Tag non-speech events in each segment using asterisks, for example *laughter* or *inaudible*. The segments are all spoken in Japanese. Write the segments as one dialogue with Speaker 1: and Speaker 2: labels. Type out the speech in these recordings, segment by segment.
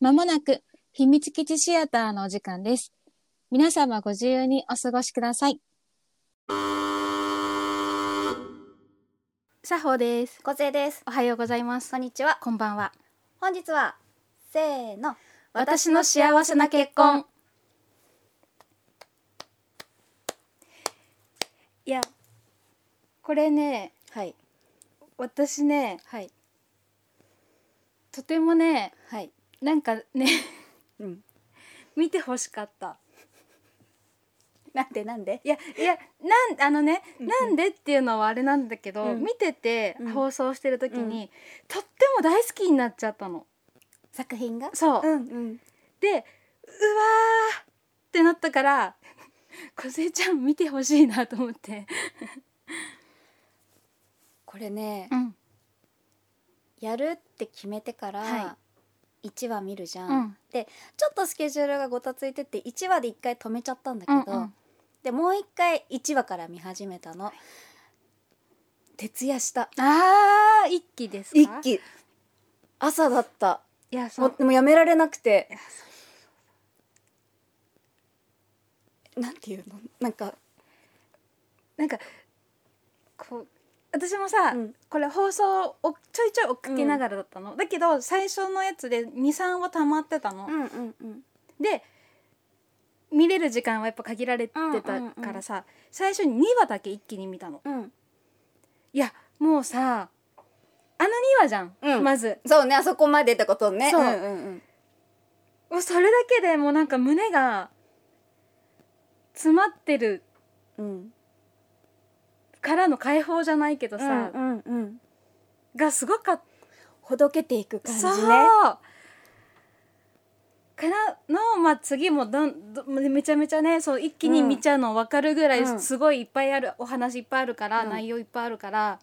Speaker 1: まもなく秘密基地シアターのお時間です。皆様ご自由にお過ごしください。作法です。
Speaker 2: 小勢です。
Speaker 1: おはようございます。
Speaker 2: こんにちは。
Speaker 1: こんばんは。
Speaker 2: 本日はせーの。
Speaker 1: 私の幸せな結婚。
Speaker 2: いや、
Speaker 1: これね、
Speaker 2: はい
Speaker 1: 私ね、
Speaker 2: はい
Speaker 1: とてもね、
Speaker 2: はい。
Speaker 1: なんかね、 *laughs*
Speaker 2: うん。
Speaker 1: 見てほしかった。
Speaker 2: なんでなんで？
Speaker 1: いやいやなんあのねなんでっていうのはあれなんだけど、
Speaker 2: うん
Speaker 1: 見てて、
Speaker 2: うん
Speaker 1: 放送してる時に、
Speaker 2: うん
Speaker 1: とっても大好きになっちゃったの。
Speaker 2: 作品が？
Speaker 1: そう、
Speaker 2: んうん。
Speaker 1: でうわーってなったから *laughs* 「小杉ちゃん見てほしいな」と思って。
Speaker 2: これね、
Speaker 1: ん
Speaker 2: やるって決めてか
Speaker 1: は
Speaker 2: ら一話見るじゃん。
Speaker 1: うん
Speaker 2: で、ちょっとスケジュールがごたついてて一話で一回止めちゃったんだけ
Speaker 1: うん
Speaker 2: ど、
Speaker 1: うん
Speaker 2: でもう一回一話から見始めたの。徹夜した。
Speaker 1: あー一気ですか
Speaker 2: 一気。朝だった。
Speaker 1: いやそ
Speaker 2: も
Speaker 1: う
Speaker 2: うもうやめられなくて
Speaker 1: いやそ
Speaker 2: なんていうのなんか、
Speaker 1: うなんかこう私もさ、
Speaker 2: うん
Speaker 1: これ放送をちょいちょい追っかけながらだったの、だけど最初のやつで23話溜まってたの、
Speaker 2: んうんうん、
Speaker 1: で見れる時間はやっぱ限られてたからさ、最初に2話だけ一気に見たの
Speaker 2: うん、
Speaker 1: いやもうさあの2話じゃん、
Speaker 2: うん
Speaker 1: まず
Speaker 2: そうねあそこまでってことね
Speaker 1: そう
Speaker 2: うんうんうん、
Speaker 1: もうそれだけでもうなんか胸が詰まってる
Speaker 2: うん、
Speaker 1: からの解放じゃないけどさ、
Speaker 2: うんうんうん
Speaker 1: がすごかっ
Speaker 2: ほどけていく
Speaker 1: た
Speaker 2: 感じね
Speaker 1: そうからの、まあ、次もどんどめちゃめちゃねそう一気に見ちゃうの分かるぐら
Speaker 2: う
Speaker 1: い
Speaker 2: ん
Speaker 1: すごいいっぱいある、お話いっぱいあるから、
Speaker 2: うん
Speaker 1: 内容いっぱいあるから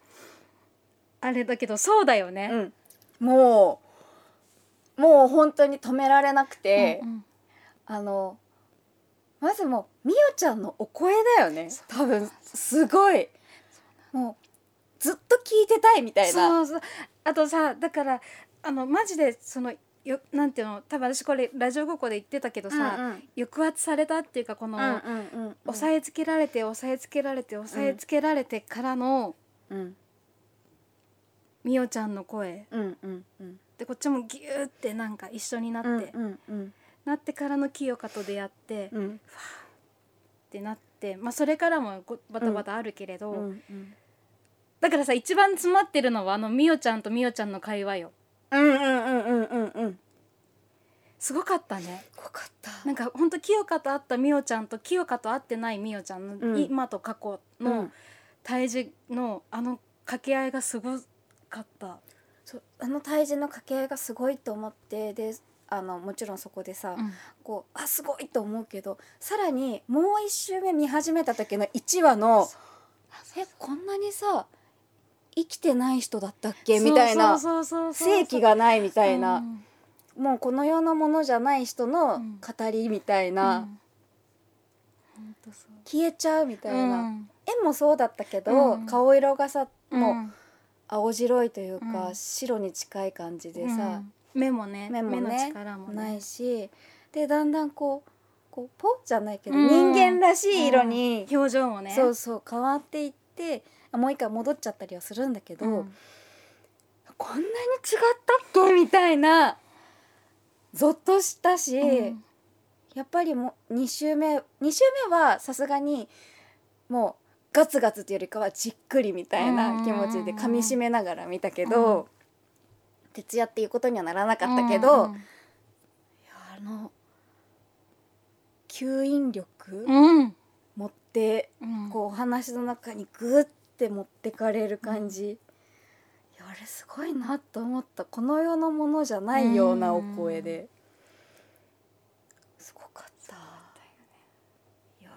Speaker 1: あれだけどそうだよね。
Speaker 2: うん、もうもう本当に止められなくて、
Speaker 1: うんうん
Speaker 2: あのまずもうみよちゃんのお声だよね
Speaker 1: そう
Speaker 2: 多分すごいもうずっと聞いてたいみたいな
Speaker 1: そうそうあとさだからあのマジでそのよなんていうの多分私これラジオごっこで言ってたけどさ、
Speaker 2: うんうん
Speaker 1: 抑圧されたっていうかこの、
Speaker 2: うんうんうん
Speaker 1: 押さえつけられて押さえつけられて押さえつけられてからの
Speaker 2: うん
Speaker 1: みおちゃんの声
Speaker 2: うんうんうん
Speaker 1: でこっちもギューってなんか一緒になって、
Speaker 2: うんうん
Speaker 1: なってからの清香と出会って、っ
Speaker 2: うん
Speaker 1: てなって、まあ、それからもごバタバタあるけれど、
Speaker 2: うんうん
Speaker 1: だからさ一番詰まってるのはあのみおちゃんとみおちゃんの会話よ
Speaker 2: うんうんうんうんうん
Speaker 1: すごかったね
Speaker 2: 怖かった
Speaker 1: なんかほんと清香と会ったみおちゃんと清香と会ってないみおちゃんの、
Speaker 2: うん
Speaker 1: 今と過去の対峙のあの掛け合いがすごかった。
Speaker 2: そうあの対峙の掛け合いがすごいと思ってであのもちろんそこでさ、こうあすごいと思うけどさらにもう一周目見始めた時の1話の
Speaker 1: そ
Speaker 2: えこんなにさ生きてない人だったっけ
Speaker 1: そう
Speaker 2: みたいな
Speaker 1: そうそうそうそう
Speaker 2: 正規がないみたいうなんもうこの世のものじゃない人
Speaker 1: う
Speaker 2: の
Speaker 1: ん
Speaker 2: 語りみたいな、
Speaker 1: うんほんとそう
Speaker 2: 消えちゃうみたいな、
Speaker 1: うん
Speaker 2: 絵もそうだったけど、
Speaker 1: うん
Speaker 2: 顔色がさもう、
Speaker 1: ん
Speaker 2: 青白いというか、
Speaker 1: うん
Speaker 2: 白に近い感じで
Speaker 1: う
Speaker 2: さ、
Speaker 1: ん目もね
Speaker 2: 目もね
Speaker 1: の力もね
Speaker 2: ないしでだんだんこうこうポじゃないけど、
Speaker 1: うん
Speaker 2: 人間らしい色に、
Speaker 1: 表情もね
Speaker 2: そうそう変わっていってあもう一回戻っちゃったりはするんだけど、
Speaker 1: うん
Speaker 2: こんなに違ったっけみたいなゾッとしたし、
Speaker 1: うん
Speaker 2: やっぱりもう2週目2週目はさすがにもうガツガツっていうよりかはじっくりみたいな気持ちで噛みしめながら見たけど、
Speaker 1: うん
Speaker 2: 徹夜っていうことにはならなかったけど、
Speaker 1: う
Speaker 2: い
Speaker 1: ん
Speaker 2: やあの吸引力
Speaker 1: うん
Speaker 2: 持って、
Speaker 1: うん
Speaker 2: こうお話の中にグッて持ってかれる感じ、いやあれすごいなと思ったこの世のものじゃないようなお声で、すごかったいや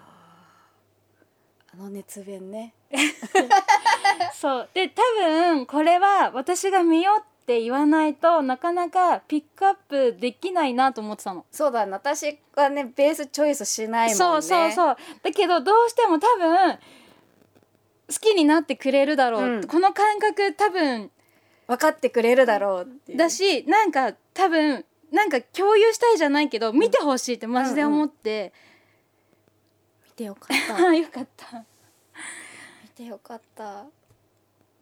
Speaker 2: ーあの熱弁ね
Speaker 1: そうで多分これは私が見ようって言わないとなかなかピックアップできないなと思ってたの
Speaker 2: そうだね私はねベースチョイスしないもんね
Speaker 1: そうそう
Speaker 2: う
Speaker 1: そうだけどどうしても多分好きになってくれるだろう、
Speaker 2: うん
Speaker 1: この感覚多分
Speaker 2: 分かってくれるだろうっていう
Speaker 1: だしなんか多分なんか共有したいじゃないけど見てほしいってマジで思って、
Speaker 2: 見 *laughs* てよかった
Speaker 1: あ
Speaker 2: 見
Speaker 1: あよかった
Speaker 2: てよかった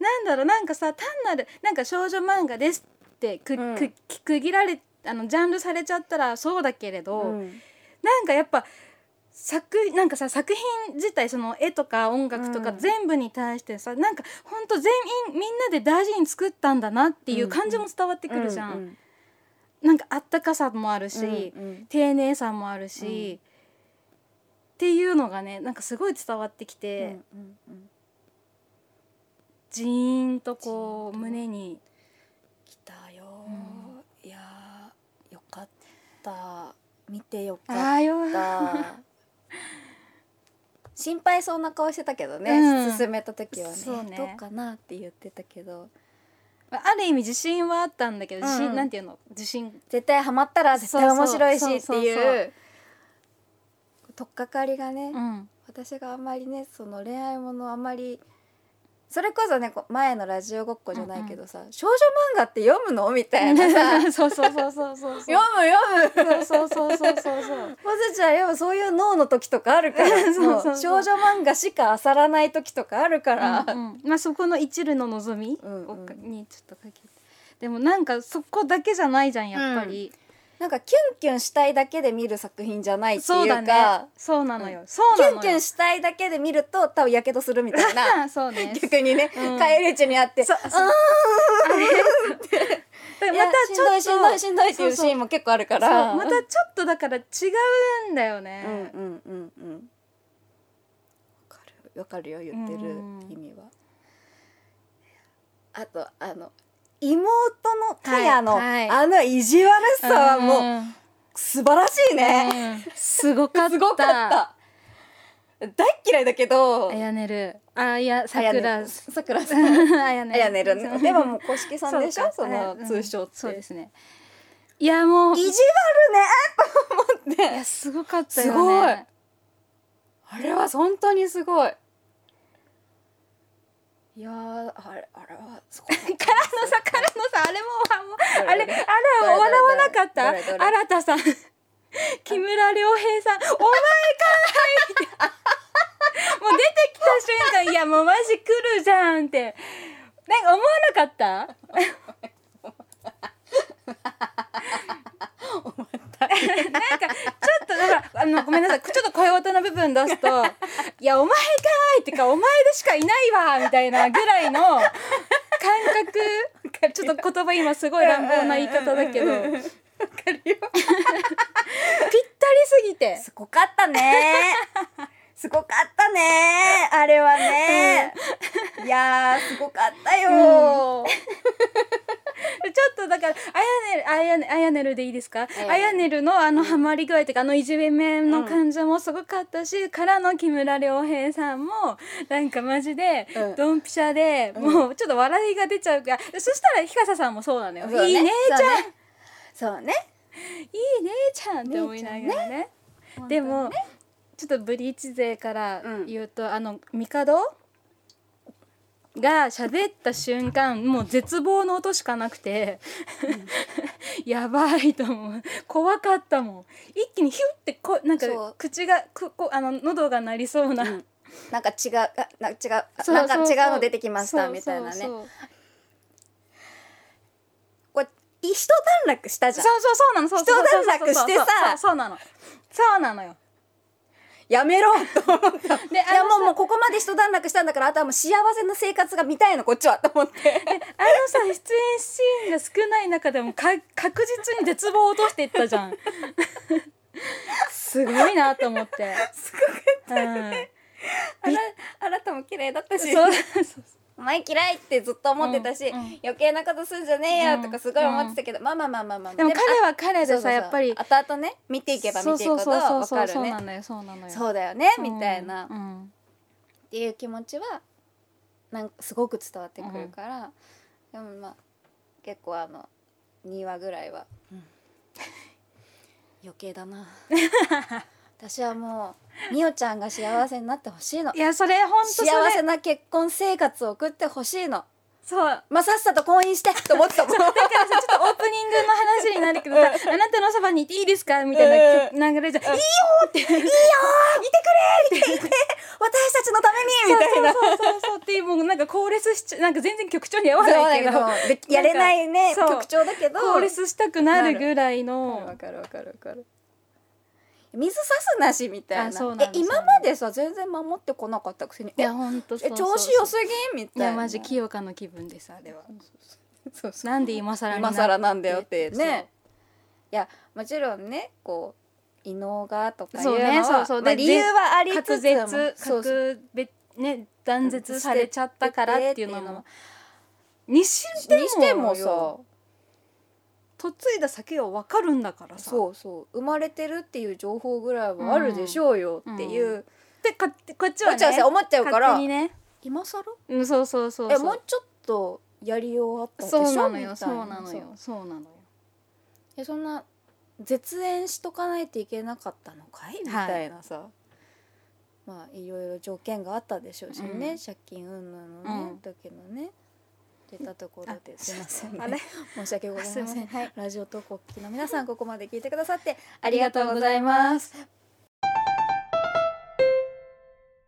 Speaker 1: なんだろうなんかさ単なるなんか少女漫画ですってく、
Speaker 2: うん
Speaker 1: くく区切られあのジャンルされちゃったらそうだけれど、
Speaker 2: うん
Speaker 1: なんかやっぱ作なんかさ作品自体その絵とか音楽とか
Speaker 2: うん
Speaker 1: 全部に対してさ、なんかほんと全員みんなで大事に作ったんだなっていう感じも伝わってくるじゃん、
Speaker 2: うんうん
Speaker 1: なんかあったかさもあるし、
Speaker 2: うんうん
Speaker 1: 丁寧さもあるし、っていうのがねなんかすごい伝わってき
Speaker 2: う
Speaker 1: て、
Speaker 2: んうんうん
Speaker 1: ジーンとこう胸に
Speaker 2: 来たよ
Speaker 1: うん
Speaker 2: ーいやーよかった見てよかった
Speaker 1: ああよかっ
Speaker 2: *laughs* 心配そうな顔してたけどね、
Speaker 1: うん
Speaker 2: 進めた時は
Speaker 1: そう
Speaker 2: ね
Speaker 1: ね
Speaker 2: どうかなって言ってたけど
Speaker 1: たある意味自信はあったんだけど、自
Speaker 2: うん
Speaker 1: 信なんていうの自信
Speaker 2: 絶対ハマったら絶対面白いしって
Speaker 1: そうそうそうそ
Speaker 2: いう取っかかりがね、
Speaker 1: うん
Speaker 2: 私があんまりねその恋愛ものあんまりそれこそねこう前のラジオごっこじゃないけどさ、少女漫画って読むのみたいな
Speaker 1: *laughs*
Speaker 2: さ
Speaker 1: そうそうそうそうそう
Speaker 2: 読む読む
Speaker 1: そうそうそうそうそう
Speaker 2: もずちゃんやっぱそういう脳の時とかあるか
Speaker 1: *laughs*
Speaker 2: ら
Speaker 1: そうそうそう
Speaker 2: も少女漫画しか漁らない時とかあるから、
Speaker 1: うんうんまあそこの一縷の望みをか、
Speaker 2: うんうん
Speaker 1: にちょっとかけてでもなんかそこだけじゃないじゃんやっぱり、
Speaker 2: なんかキュンキュンしたいだけで見る作品じゃないって
Speaker 1: そう
Speaker 2: い
Speaker 1: だ
Speaker 2: うか
Speaker 1: ねそうなのよ、そう
Speaker 2: キ
Speaker 1: なの
Speaker 2: ュ
Speaker 1: よ
Speaker 2: ンキュンしたいだけで見ると多分やけどするみた
Speaker 1: *laughs*
Speaker 2: いな
Speaker 1: あそうね
Speaker 2: 逆にね、
Speaker 1: うん
Speaker 2: 帰りにあって
Speaker 1: そうそう
Speaker 2: い
Speaker 1: ま
Speaker 2: や
Speaker 1: た
Speaker 2: し
Speaker 1: ち
Speaker 2: ん
Speaker 1: ょ
Speaker 2: ど
Speaker 1: っ
Speaker 2: い
Speaker 1: と
Speaker 2: しんどいしんどいっていう
Speaker 1: そうそう
Speaker 2: シーンも結構あるか
Speaker 1: そ
Speaker 2: ら
Speaker 1: うまたちょっとだから違うんだよ
Speaker 2: うん
Speaker 1: ね、
Speaker 2: うんうんうんわかるわかるよ言ってる
Speaker 1: うん
Speaker 2: 意味はあとあの妹のタヤの、
Speaker 1: はいはい
Speaker 2: あの意地悪さはもう素晴らしいね、
Speaker 1: うんすごかった
Speaker 2: すごかった大っ嫌いだけど
Speaker 1: あやねるあいや
Speaker 2: あや
Speaker 1: 桜
Speaker 2: ねさくらさ
Speaker 1: *laughs*
Speaker 2: ん
Speaker 1: あやね
Speaker 2: あやねるねでももう公式さんでしょ
Speaker 1: う
Speaker 2: そ
Speaker 1: かあ
Speaker 2: の
Speaker 1: や
Speaker 2: 通称って、
Speaker 1: うんそうですねいやもう
Speaker 2: 意
Speaker 1: い
Speaker 2: 地悪ねと思って
Speaker 1: やすごかった
Speaker 2: す
Speaker 1: よね
Speaker 2: ごいあれは本当にすごい。いやーあれあれはすごい
Speaker 1: からのさからのさあれももう *laughs* あれあれ
Speaker 2: どれ
Speaker 1: は笑わなかっ
Speaker 2: どれどれ
Speaker 1: た新田さん木村良平さんお前か *laughs* いもう出てきた瞬間いやもうマジ来るじゃんってなんか思わなかった *laughs* なんかちょっとだからあのごめんなさいちょっと声音の部分出すと「いやお前かい!」ってか「お前でしかいないわ!」みたいなぐらいの感覚ちょっと言葉今すごい乱暴な言い方だけど
Speaker 2: うん
Speaker 1: ぴ
Speaker 2: うんう
Speaker 1: っ
Speaker 2: んうんわかるよ。
Speaker 1: たりすぎて
Speaker 2: すごかったね。すごかったね。あれはね。いやーすごかったよー。
Speaker 1: *laughs* ちょっとだからあやねるあやねあやねるでいいですか、
Speaker 2: ええ
Speaker 1: あやねるのあのハマり具合というかあのいじめの感じもすごかったし、からの木村良平さんもなんかマジで
Speaker 2: うん
Speaker 1: ドンピシャで、もうちょっと笑いが出ちゃうからそしたらひかささんもそうなのよ、
Speaker 2: そうね
Speaker 1: いい姉ちゃん、
Speaker 2: そうね。
Speaker 1: いい姉ちゃんって思いながらねでも、ちょっとブリーチ勢から言うと、あの帝が喋った瞬間もう絶望の音しかなくて、やばいと思う怖かったもん一気にヒュってこなんか
Speaker 2: そう
Speaker 1: 口がくこあの喉が鳴りそうな、
Speaker 2: うんなんか違うあな違うあ
Speaker 1: そう
Speaker 2: なんか
Speaker 1: そうそう
Speaker 2: 違うの出てきましたみたいな
Speaker 1: そう
Speaker 2: ね。
Speaker 1: そう
Speaker 2: これ一段落したじ
Speaker 1: そう
Speaker 2: ゃん。
Speaker 1: そうそうなのそうそうそう
Speaker 2: 一段落してさ
Speaker 1: そうそうなのそうなのよ
Speaker 2: やめろと思った。い
Speaker 1: であ
Speaker 2: や
Speaker 1: の
Speaker 2: も
Speaker 1: さ
Speaker 2: うもうここまで一段落したんだからあとはもう幸せな生活が見たいのこっちはと思って。
Speaker 1: あのさ出演シーンが少ない中でもか確実に絶望を落としていったじゃんすごいなと思って
Speaker 2: すごかっ
Speaker 1: う
Speaker 2: た。あら *laughs* あなたも綺麗だった
Speaker 1: ん、そ
Speaker 2: し
Speaker 1: う。そうそう
Speaker 2: お前嫌いってずっと思ってたし、
Speaker 1: うんうん
Speaker 2: 余計なことすんじゃねえよとかすごい思ってたけど、まあまあまあまあまあ。
Speaker 1: でも彼
Speaker 2: は
Speaker 1: は彼でさやっぱり
Speaker 2: 後々ね見ていけば見ていくほどわ
Speaker 1: そう
Speaker 2: か
Speaker 1: そ
Speaker 2: る
Speaker 1: う
Speaker 2: ね
Speaker 1: な。のよそうなのよ
Speaker 2: そうだよねみたいな、
Speaker 1: う
Speaker 2: っ
Speaker 1: ん
Speaker 2: ていう気持ちはなんかすごく伝わってくるから、でもまあ結構あの2話ぐらいは、余計
Speaker 1: *laughs*
Speaker 2: だな。私はもうみおちゃんが幸せになってほしいの
Speaker 1: い。やそれ本当そ
Speaker 2: 幸
Speaker 1: れ
Speaker 2: せな結婚生活を送ってほしいの。
Speaker 1: そう
Speaker 2: まあさっさと婚姻してと思ってた
Speaker 1: *laughs*
Speaker 2: もん
Speaker 1: だからさちょっとオープニングの話になるけどさ「あなたのそばにいていいですか?」みたいな曲流れじゃん「いいよ!」って「いいよ!」
Speaker 2: 私たちのためにみたいな
Speaker 1: そうそうそうそうっていうもうなんかコーレスしちゃなんか全然曲調に合わないけど
Speaker 2: そうだけどでやれないね
Speaker 1: そう
Speaker 2: 曲調だけど
Speaker 1: コーレスしたくなるぐらい
Speaker 2: わ
Speaker 1: の
Speaker 2: かるわかるわかる水さすなしみたいな
Speaker 1: あそうなん
Speaker 2: え
Speaker 1: です
Speaker 2: 今までさ全然守ってこなかったくせに
Speaker 1: い
Speaker 2: え
Speaker 1: やほんと
Speaker 2: え
Speaker 1: そうそう
Speaker 2: 調子良すぎんみ
Speaker 1: い
Speaker 2: たいな
Speaker 1: やマジ清香の気分ですあれは
Speaker 2: そうそう
Speaker 1: なんで今更に
Speaker 2: 今
Speaker 1: な
Speaker 2: 更なんだよって
Speaker 1: そう
Speaker 2: ねいやもちろんねこう異能がとかいうの
Speaker 1: そう
Speaker 2: は
Speaker 1: ねそうそう
Speaker 2: ま
Speaker 1: で
Speaker 2: あ理由はありつつも
Speaker 1: 隔絶
Speaker 2: そうそう
Speaker 1: 隔別ね断絶されちゃったからっていうのもにしても
Speaker 2: にしてもさ
Speaker 1: よ嫁いだ先は分かるんだからさ
Speaker 2: そうそう生まれてるっていう情報ぐらいはあるでしょうよっていう、
Speaker 1: うんでかこっち
Speaker 2: こ
Speaker 1: は
Speaker 2: っちは
Speaker 1: ね
Speaker 2: さ思っちゃうか
Speaker 1: 勝
Speaker 2: ら
Speaker 1: 手にね
Speaker 2: 今更
Speaker 1: うんそうそうそう
Speaker 2: え
Speaker 1: そう
Speaker 2: もうちょっとやりようあったでしょ
Speaker 1: そうなのよ
Speaker 2: みた
Speaker 1: そう
Speaker 2: い
Speaker 1: なのよそうなのよ
Speaker 2: えそんな絶縁しとかないといけなかったのかいみたいなさ、まあいろいろ条件があったでしょうしね、
Speaker 1: うん
Speaker 2: 借金云々のね、
Speaker 1: うん
Speaker 2: 時のね出たところですいません、
Speaker 1: あれ
Speaker 2: ね、申し訳ございます
Speaker 1: い
Speaker 2: せん
Speaker 1: ませんはい
Speaker 2: ラジオ投稿をお聞きの皆さんここまで聞いてくださって
Speaker 1: あ
Speaker 2: あ
Speaker 1: り
Speaker 2: り
Speaker 1: が
Speaker 2: が
Speaker 1: とう
Speaker 2: とう
Speaker 1: ご
Speaker 2: ご
Speaker 1: ざ
Speaker 2: ざ
Speaker 1: い
Speaker 2: い
Speaker 1: ま
Speaker 2: ますす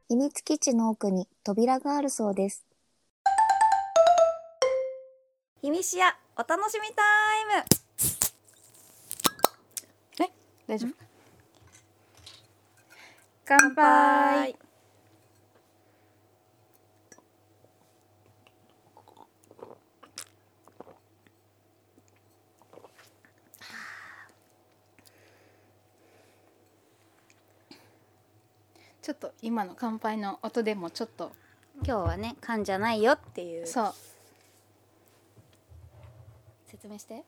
Speaker 3: 秘密基地の奥に扉があるそうです。
Speaker 2: ひみしやお楽しみタイム
Speaker 1: 大丈夫乾杯ちょっと今の乾杯の音でもちょっと
Speaker 2: 今日はね缶じゃないよっていう
Speaker 1: そう
Speaker 2: 説明 *laughs* して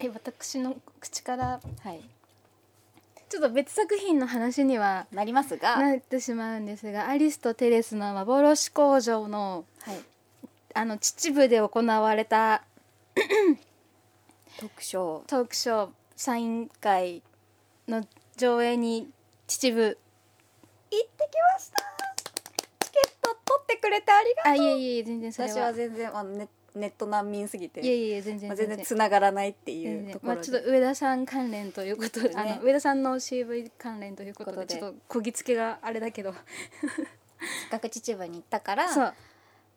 Speaker 1: え私の口からはいちょっと別作品の話には
Speaker 2: なりますが、
Speaker 1: なってしまうんですがアリスとテレスの幻工場の
Speaker 2: はい、
Speaker 1: あの秩父で行われた
Speaker 2: 特賞
Speaker 1: トークショーサイン会の上映に秩父
Speaker 2: 行ってきましたチケット取ってくれてありがと
Speaker 1: あいえいえいえ全然それは
Speaker 2: う私は全然あのネネット難民すぎて
Speaker 1: いえいえ全然
Speaker 2: まあ、
Speaker 1: 全然
Speaker 2: 全然つながらないって
Speaker 1: 全
Speaker 2: いう
Speaker 1: 然
Speaker 2: とこ
Speaker 1: ま
Speaker 2: ろ
Speaker 1: あ
Speaker 2: で、
Speaker 1: ちょっと上田さん関連ということで、
Speaker 2: そう
Speaker 1: あ
Speaker 2: ね
Speaker 1: の上田さんの CV 関連ということで
Speaker 2: ことで
Speaker 1: ちょっとこぎつけがあれだけど
Speaker 2: せっかく秩父に行ったから
Speaker 1: そう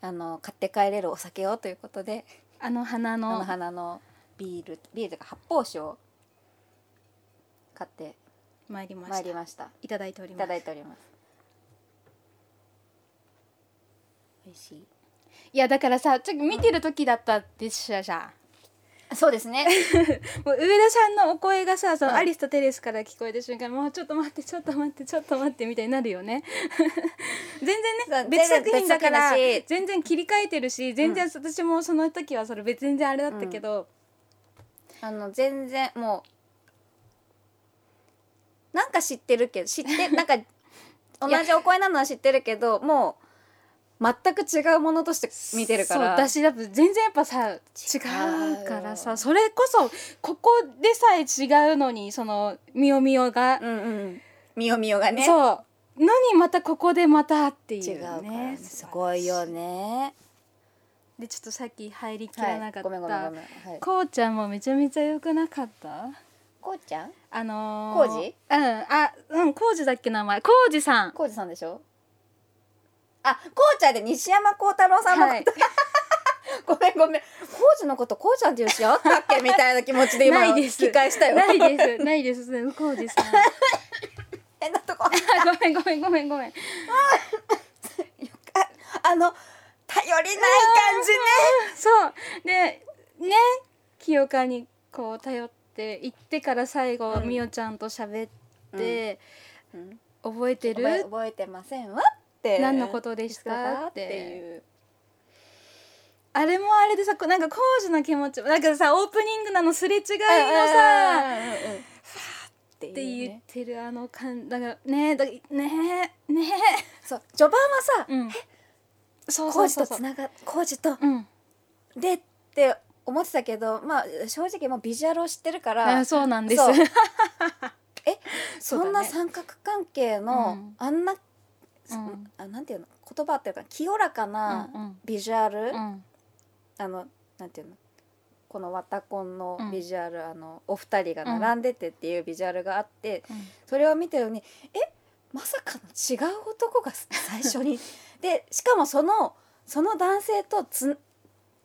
Speaker 2: あの買って帰れるお酒をということで
Speaker 1: あの花
Speaker 2: あ
Speaker 1: の
Speaker 2: の花のビールビールというか発泡酒を買って
Speaker 1: 参りま
Speaker 2: ま
Speaker 1: し
Speaker 2: い
Speaker 1: た
Speaker 2: りました
Speaker 1: いただいており
Speaker 2: い
Speaker 1: ま
Speaker 2: た
Speaker 1: す
Speaker 2: だいております美味しい
Speaker 1: いやだからさちょっと見てる時だったでしょじゃあ
Speaker 2: そうですね *laughs*
Speaker 1: もう上田さんのお声がさその
Speaker 2: はい
Speaker 1: アリスとテレスから聞こえた瞬間、もうちょっと待ってちょっと待ってちょっと待ってみたいになるよ *laughs* ね全然
Speaker 2: そ
Speaker 1: ね
Speaker 2: う
Speaker 1: 別作品
Speaker 2: 全然
Speaker 1: だ
Speaker 2: 別作
Speaker 1: か
Speaker 2: 品
Speaker 1: ら
Speaker 2: だし
Speaker 1: 全然切り替えてるし全然私もその時はそれ別全然あれだったけど、
Speaker 2: あの全然もうなんか知ってるけど知 *laughs* ってなんか同じお声なのは知ってるけどもう全く違うものとして見てるから
Speaker 1: そう私だって全然やっぱさ違うから
Speaker 2: 違う
Speaker 1: さ
Speaker 2: よ
Speaker 1: それこそここでさえ違うのにそのみよみよが、
Speaker 2: うんうん、みよみよがね
Speaker 1: そうのにまたここでまたっていう
Speaker 2: 違うからね
Speaker 1: ね
Speaker 2: すごいよね
Speaker 1: でちょっとさっき入りきらなかった、
Speaker 2: はい、ごめんごめんごめん、はい、
Speaker 1: こうちゃんもめちゃめちゃ良くなかった
Speaker 2: こうちゃん
Speaker 1: あのー、
Speaker 2: こうじ
Speaker 1: うんあうんこうじだっけ名前こうじさん
Speaker 2: こうじさんでしょあこうちゃんで西山幸太郎さんのこと、
Speaker 1: はい
Speaker 2: ごめんごめんこうじのことこうちゃんっていうしあったっけみたいな気持ちで今
Speaker 1: ないです
Speaker 2: 聞き返したよ
Speaker 1: ないですないですこうじ
Speaker 2: *laughs*
Speaker 1: さん
Speaker 2: 変なとこ
Speaker 1: ごめんごめんごめんごめん
Speaker 2: ああの頼りない感じね
Speaker 1: そうでね清香にこう頼って行ってから最後、
Speaker 2: うん
Speaker 1: みおちゃんと喋って、
Speaker 2: うん
Speaker 1: 覚えてる
Speaker 2: 覚え覚えてませんわって
Speaker 1: 何のことでした
Speaker 2: か
Speaker 1: か
Speaker 2: っ
Speaker 1: って
Speaker 2: ていう
Speaker 1: あれもあれでさこうなんかこうじの気持ちもなんかさオープニングなのすれ違いのさ、
Speaker 2: うんうんうんうんって
Speaker 1: って
Speaker 2: いう
Speaker 1: 言っ
Speaker 2: ね
Speaker 1: てるあの感だからねだねね
Speaker 2: そう序盤はさ
Speaker 1: うんそうそ
Speaker 2: 工
Speaker 1: う
Speaker 2: 事
Speaker 1: そう
Speaker 2: と
Speaker 1: そう
Speaker 2: つなが工事と
Speaker 1: うん
Speaker 2: でって思ってたけどまあ正直もうビジュアルを知ってるから
Speaker 1: あそうなんです *laughs*
Speaker 2: そう
Speaker 1: え
Speaker 2: そんな三角関係の
Speaker 1: うん
Speaker 2: あんな
Speaker 1: う
Speaker 2: そ
Speaker 1: ん
Speaker 2: あなんていうの言葉っていうか清らかな
Speaker 1: うん
Speaker 2: ビジュア
Speaker 1: う
Speaker 2: ル、
Speaker 1: ん
Speaker 2: あのなんていうのこのワタコンの
Speaker 1: うん
Speaker 2: ビジュアル、あのお二人が並んでてっていうビジュアルがあって、
Speaker 1: うん
Speaker 2: それを見たようにえまさかの違う男が *laughs* 最初にでしかもそのその男性とつ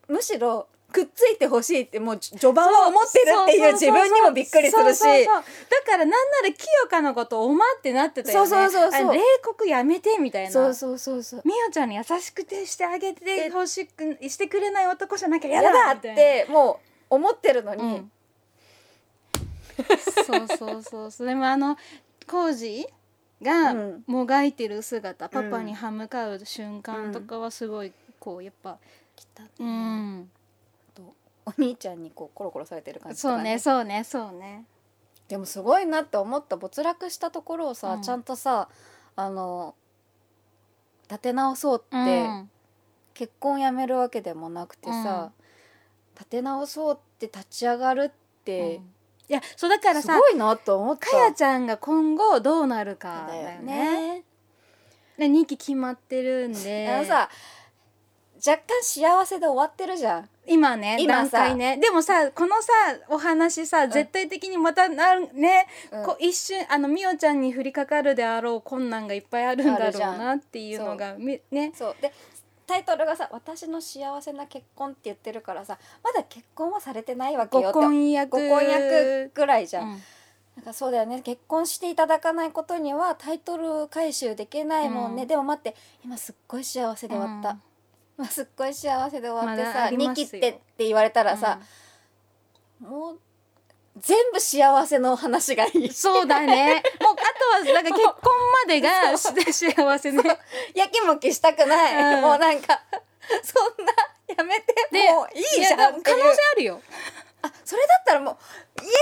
Speaker 2: むしろくっついてほしいってもうじ序盤は思ってるっていう自分にもびっくりするし
Speaker 1: そうそうそうだからなんなら清香のことをおまってなってたよね
Speaker 2: そうそうそうそう
Speaker 1: あ冷酷やめてみたいな
Speaker 2: そうそうそうそう
Speaker 1: みおちゃんに優しくてしてあげてほしくしてくれない男じゃなきゃ
Speaker 2: 嫌
Speaker 1: 嫌だ
Speaker 2: だっ
Speaker 1: みたいな
Speaker 2: てもう思ってるのに、
Speaker 1: うんそうそうそうそれもあの浩二が
Speaker 2: うん
Speaker 1: もがいてる姿、パパに歯向かう瞬間とかはすごいこうやっぱ、
Speaker 2: 来たね
Speaker 1: うん、
Speaker 2: とお兄ちゃんにこうコロコロされてる感じと
Speaker 1: そ
Speaker 2: か
Speaker 1: うねそうねそうね
Speaker 2: でもすごいなって思った没落したところをさ、
Speaker 1: うん
Speaker 2: ちゃんとさあの立て直そうって、
Speaker 1: うん
Speaker 2: 結婚やめるわけでもなくてさ、立て直そうって立ち上がるって、
Speaker 1: うんいやそうだから
Speaker 2: す
Speaker 1: さ
Speaker 2: ごいなと思った
Speaker 1: かやちゃんが今後どうなるかだ
Speaker 2: だ
Speaker 1: よ
Speaker 2: よ
Speaker 1: ね。
Speaker 2: ね。
Speaker 1: で2期決まってるんで
Speaker 2: *laughs* あのさ若干幸せで終わってるじゃん。
Speaker 1: 今ね
Speaker 2: 今
Speaker 1: 段
Speaker 2: さ
Speaker 1: 階ねでもさこのさお話さ、
Speaker 2: ん
Speaker 1: 絶対的にまたなるね、
Speaker 2: うん
Speaker 1: こう一瞬あのみおちゃんに降りかかるであろう困難がいっぱいあるんだろうなっていうのがみね
Speaker 2: そうでタイトルがさ「私の幸せな結婚」って言ってるからさまだ結婚はされてないわけよ
Speaker 1: ご
Speaker 2: って
Speaker 1: 婚約
Speaker 2: ご婚約ぐらいじゃ
Speaker 1: う
Speaker 2: ん、
Speaker 1: ん
Speaker 2: なんかそうだよね結婚していただかないことにはタイトル回収できないもんね、
Speaker 1: うん
Speaker 2: でも待って今すっごい幸せで終わった、
Speaker 1: うん
Speaker 2: 今すっごい幸せで終わって
Speaker 1: まだあ
Speaker 2: さ「
Speaker 1: りま
Speaker 2: ニ
Speaker 1: す
Speaker 2: キ
Speaker 1: よ
Speaker 2: って」って言われたらさ、もう全部幸せの話がいい
Speaker 1: そうだ
Speaker 2: *laughs*
Speaker 1: ねもうあとはなんか結婚までがして幸せね *laughs*
Speaker 2: やきもきしたくない、
Speaker 1: うん
Speaker 2: もうなんかそんなやめて
Speaker 1: で
Speaker 2: もういい
Speaker 1: い
Speaker 2: じ
Speaker 1: や
Speaker 2: ゃ
Speaker 1: だ
Speaker 2: ん
Speaker 1: 可
Speaker 2: っ
Speaker 1: 能
Speaker 2: ていう
Speaker 1: 性あるよ
Speaker 2: あそれだったらもうイエ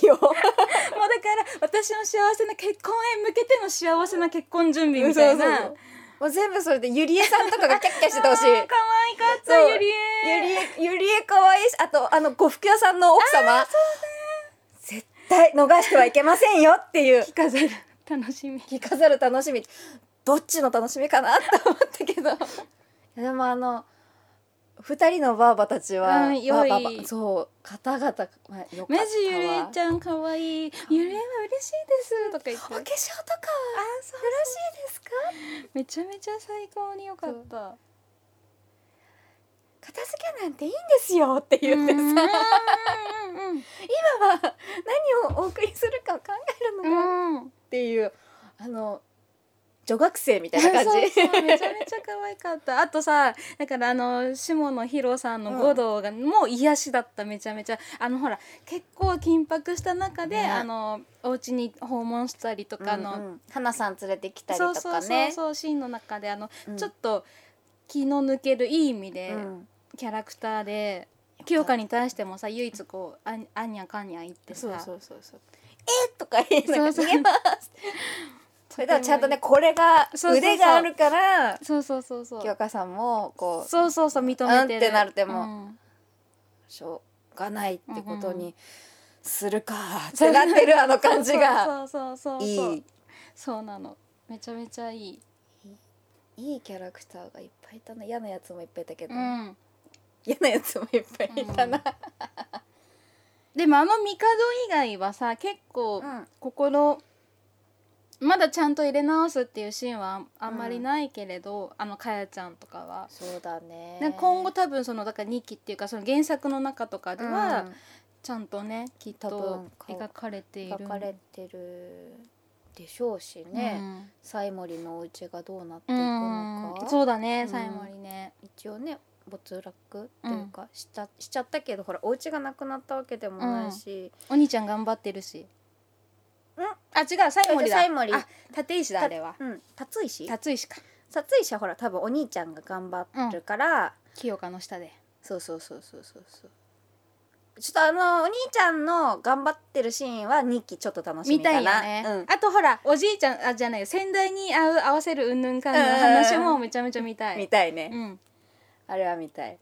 Speaker 2: ーイよ
Speaker 1: もうだから私の幸せな結婚へ向けての幸せな結婚準備みたいな。
Speaker 2: そうそうそうもう全部それでゆりえさんとかがキャッキャしててほしい
Speaker 1: あー可愛かった
Speaker 2: そう
Speaker 1: ゆり
Speaker 2: ゆり
Speaker 1: え。
Speaker 2: え、ゆりえ可愛いし、あと、あの、呉服屋さんの奥様。絶対逃してはいけませんよっていう
Speaker 1: 着。飾る楽しみ。
Speaker 2: 着飾る楽しみ。どっちの楽しみかなって思ったけど。いやでも、あの。二人のばあばたちは。
Speaker 1: うん
Speaker 2: ばあ
Speaker 1: 良い
Speaker 2: ばばそう、方々、まあ、よかった
Speaker 1: マ
Speaker 2: わ。
Speaker 1: ジゆりえちゃん可愛い。ゆりえは嬉しいですとか言っ
Speaker 2: お化粧
Speaker 1: て。
Speaker 2: とかは。あ、そう、よろしいですか。
Speaker 1: めちゃめちゃ最高に良かった。
Speaker 2: 片付けなんていいんですよって言ってさ、
Speaker 1: うん
Speaker 2: 今は何をお送りするかを考えるの
Speaker 1: う
Speaker 2: が
Speaker 1: んうん。
Speaker 2: っていうあの女学生みたいな感じ
Speaker 1: *laughs* そうそうめちゃめちゃ可愛かったあとさだからあの下野紘さんの五道が、もう癒しだっためちゃめちゃあのほら結構緊迫した中で、
Speaker 2: ね
Speaker 1: あのお家に訪問したりと
Speaker 2: *laughs*
Speaker 1: かあの、
Speaker 2: うんうん花さん連れてきたりと
Speaker 1: そう
Speaker 2: か
Speaker 1: そう
Speaker 2: ね
Speaker 1: そうそうシーンの中であの、
Speaker 2: うん
Speaker 1: ちょっと気の抜けるいい意味で、
Speaker 2: うん
Speaker 1: キャラクターで清香に対してもさ唯一こうあんあんにゃかんにゃ言ってさ
Speaker 2: そうそうそうそうえーとか言いながら
Speaker 1: そう
Speaker 2: 逃
Speaker 1: そう
Speaker 2: げますそれでもちゃんとねこれが
Speaker 1: そうそうそう
Speaker 2: 腕があるから
Speaker 1: そうそうそうそう
Speaker 2: 清香さんもこう
Speaker 1: そうそうそう認めてる
Speaker 2: うんってなるでも
Speaker 1: うん
Speaker 2: しょうがないってこ
Speaker 1: う
Speaker 2: と
Speaker 1: んう
Speaker 2: にするかってなってるあの感じが
Speaker 1: そうそうそうそうそう
Speaker 2: いい
Speaker 1: そうなのめちゃめちゃいい
Speaker 2: いいキャラクターがいっぱいいたな嫌なやつもいっぱいいたけど
Speaker 1: うん
Speaker 2: 嫌なやつもいっぱいいたな
Speaker 1: でもあの帝以外はさ結構
Speaker 2: うん
Speaker 1: 心まだちゃんと入れ直すっていうシーンはあんまりないけれど、あのかやちゃんとかは
Speaker 2: そうだね
Speaker 1: なんか今後多分そのだから2期っていうかその原作の中とかで
Speaker 2: う
Speaker 1: は
Speaker 2: ん
Speaker 1: ちゃんとね、きっ
Speaker 2: 多
Speaker 1: と
Speaker 2: 分顔
Speaker 1: 描かれている
Speaker 2: 書かれてるでしょうしね、サイモリのお家がどうなって
Speaker 1: うん
Speaker 2: いくの
Speaker 1: うん
Speaker 2: か、
Speaker 1: そうだね
Speaker 2: ん
Speaker 1: 最後にね
Speaker 2: 一応ね没落というかしちゃ,、しちゃったけどほらお家がなくなったわけでもないし、
Speaker 1: お兄ちゃん頑張ってるし
Speaker 2: ん
Speaker 1: あ違う最後にだ
Speaker 2: 最後に
Speaker 1: あ立石だ
Speaker 2: た
Speaker 1: あれは
Speaker 2: うん、達石
Speaker 1: 立石か
Speaker 2: 達石はほら多分お兄ちゃんが頑張ってるから、
Speaker 1: 清香の下で
Speaker 2: そうそうそうそうそうそうちょっとあのお兄ちゃんの頑張ってるシーンは2期ちょっと楽しみ
Speaker 1: み
Speaker 2: か
Speaker 1: た
Speaker 2: な
Speaker 1: よ
Speaker 2: い
Speaker 1: ね、
Speaker 2: うん、
Speaker 1: あとほらおじいちゃんあじゃないよ先代に合う合わせるうんぬんかんの話もめちゃめちゃ見たい
Speaker 2: 見たいね、
Speaker 1: うん
Speaker 2: あれは見たい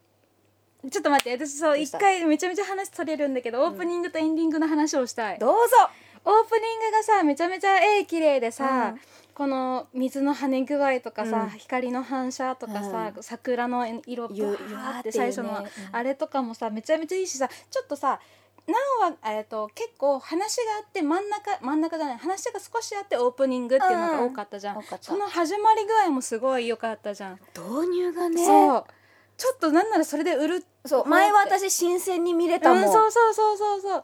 Speaker 1: ちょっと待って私そう
Speaker 2: どう
Speaker 1: 一
Speaker 2: した
Speaker 1: 回めちゃめちゃ話それるんだけどオープニングとエンディングの話をしたい、
Speaker 2: どうぞ
Speaker 1: オープニングがさめちゃめちゃ絵綺麗でさ、
Speaker 2: うん
Speaker 1: この水の跳ね具合とかさ、
Speaker 2: うん
Speaker 1: 光の反射とかさ、
Speaker 2: う
Speaker 1: 桜の色と
Speaker 2: ゆゆわ
Speaker 1: か
Speaker 2: ー
Speaker 1: っ
Speaker 2: ってて
Speaker 1: 最初の
Speaker 2: ねうん
Speaker 1: あれとかもさめちゃめちゃいいしさちょっとさ何話えっと結構話があって真ん中真ん中じゃない話が少しあってオープニングっていうのが多かったじゃん、
Speaker 2: 多かった
Speaker 1: その始まり具合もすごい良かったじゃん、
Speaker 2: 導入がね
Speaker 1: そうちょっとなんならそれで売る
Speaker 2: そう前は私新鮮に見れた
Speaker 1: う
Speaker 2: もん、
Speaker 1: んそうそうそうそうそう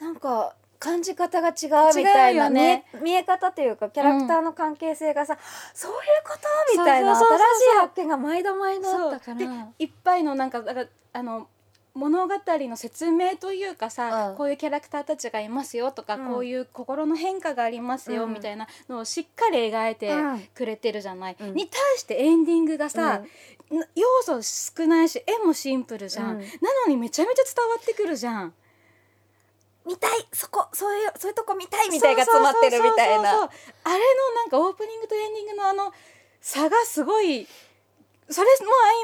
Speaker 2: なんか感じ方が違うみたい
Speaker 1: 違うよ
Speaker 2: な、
Speaker 1: ね
Speaker 2: 見え見え方というかキャラクターの関係性がさ、そういうことみたいな
Speaker 1: そうそうそうそう
Speaker 2: 新しい発見が毎度毎度あ
Speaker 1: そ
Speaker 2: っ
Speaker 1: う
Speaker 2: たから
Speaker 1: でいっぱいのなんかだからあの物語の説明というかさ、
Speaker 2: うん
Speaker 1: こういうキャラクターたちがいますよとか、
Speaker 2: うん
Speaker 1: こういう心の変化がありますよ
Speaker 2: うん
Speaker 1: みたいなのをしっかり描いて
Speaker 2: うん
Speaker 1: くれてるじゃない、
Speaker 2: うん
Speaker 1: に対してエンディングがさ、な要素少ないし絵もシンプルじゃん、
Speaker 2: う
Speaker 1: な
Speaker 2: ん
Speaker 1: のにめちゃめちゃ伝わってくるじゃん。
Speaker 2: 見たいそこそういうそういうとこ見たいみたいが詰まってるみた
Speaker 1: そ
Speaker 2: い
Speaker 1: うそうそうそう
Speaker 2: な
Speaker 1: そうあれのなんかオープニングとエンディングのあの差がすごいそれも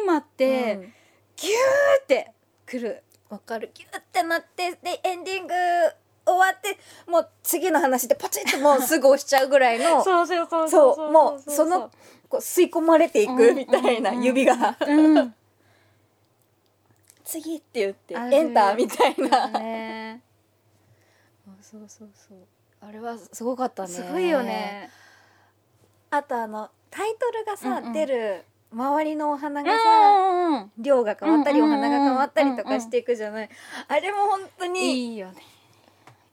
Speaker 1: 相まって、
Speaker 2: うん
Speaker 1: ギューってくる
Speaker 2: わかるギュってなってでエンディング終わってもう次の話でポチッ
Speaker 1: *laughs*
Speaker 2: ともうすぐ押しちゃうぐらいの
Speaker 1: そうそうそう
Speaker 2: そうもうそのこう吸い込まれていくみたいな
Speaker 1: うんうんうん
Speaker 2: 指
Speaker 1: *laughs*
Speaker 2: が
Speaker 1: うん
Speaker 2: 次って言って
Speaker 1: ある
Speaker 2: エンターみたいな
Speaker 1: ね
Speaker 2: そうそうそうあれはすごかったね
Speaker 1: すごいよね
Speaker 2: あとあのタイトルがさ、
Speaker 1: うんうん
Speaker 2: 出る周りのお花
Speaker 1: う
Speaker 2: がさ、
Speaker 1: んうんうん
Speaker 2: 量が変わったり、
Speaker 1: うんうん
Speaker 2: お
Speaker 1: うん
Speaker 2: 花が変わったりとかしていくじゃない、あれも本当に
Speaker 1: いいよね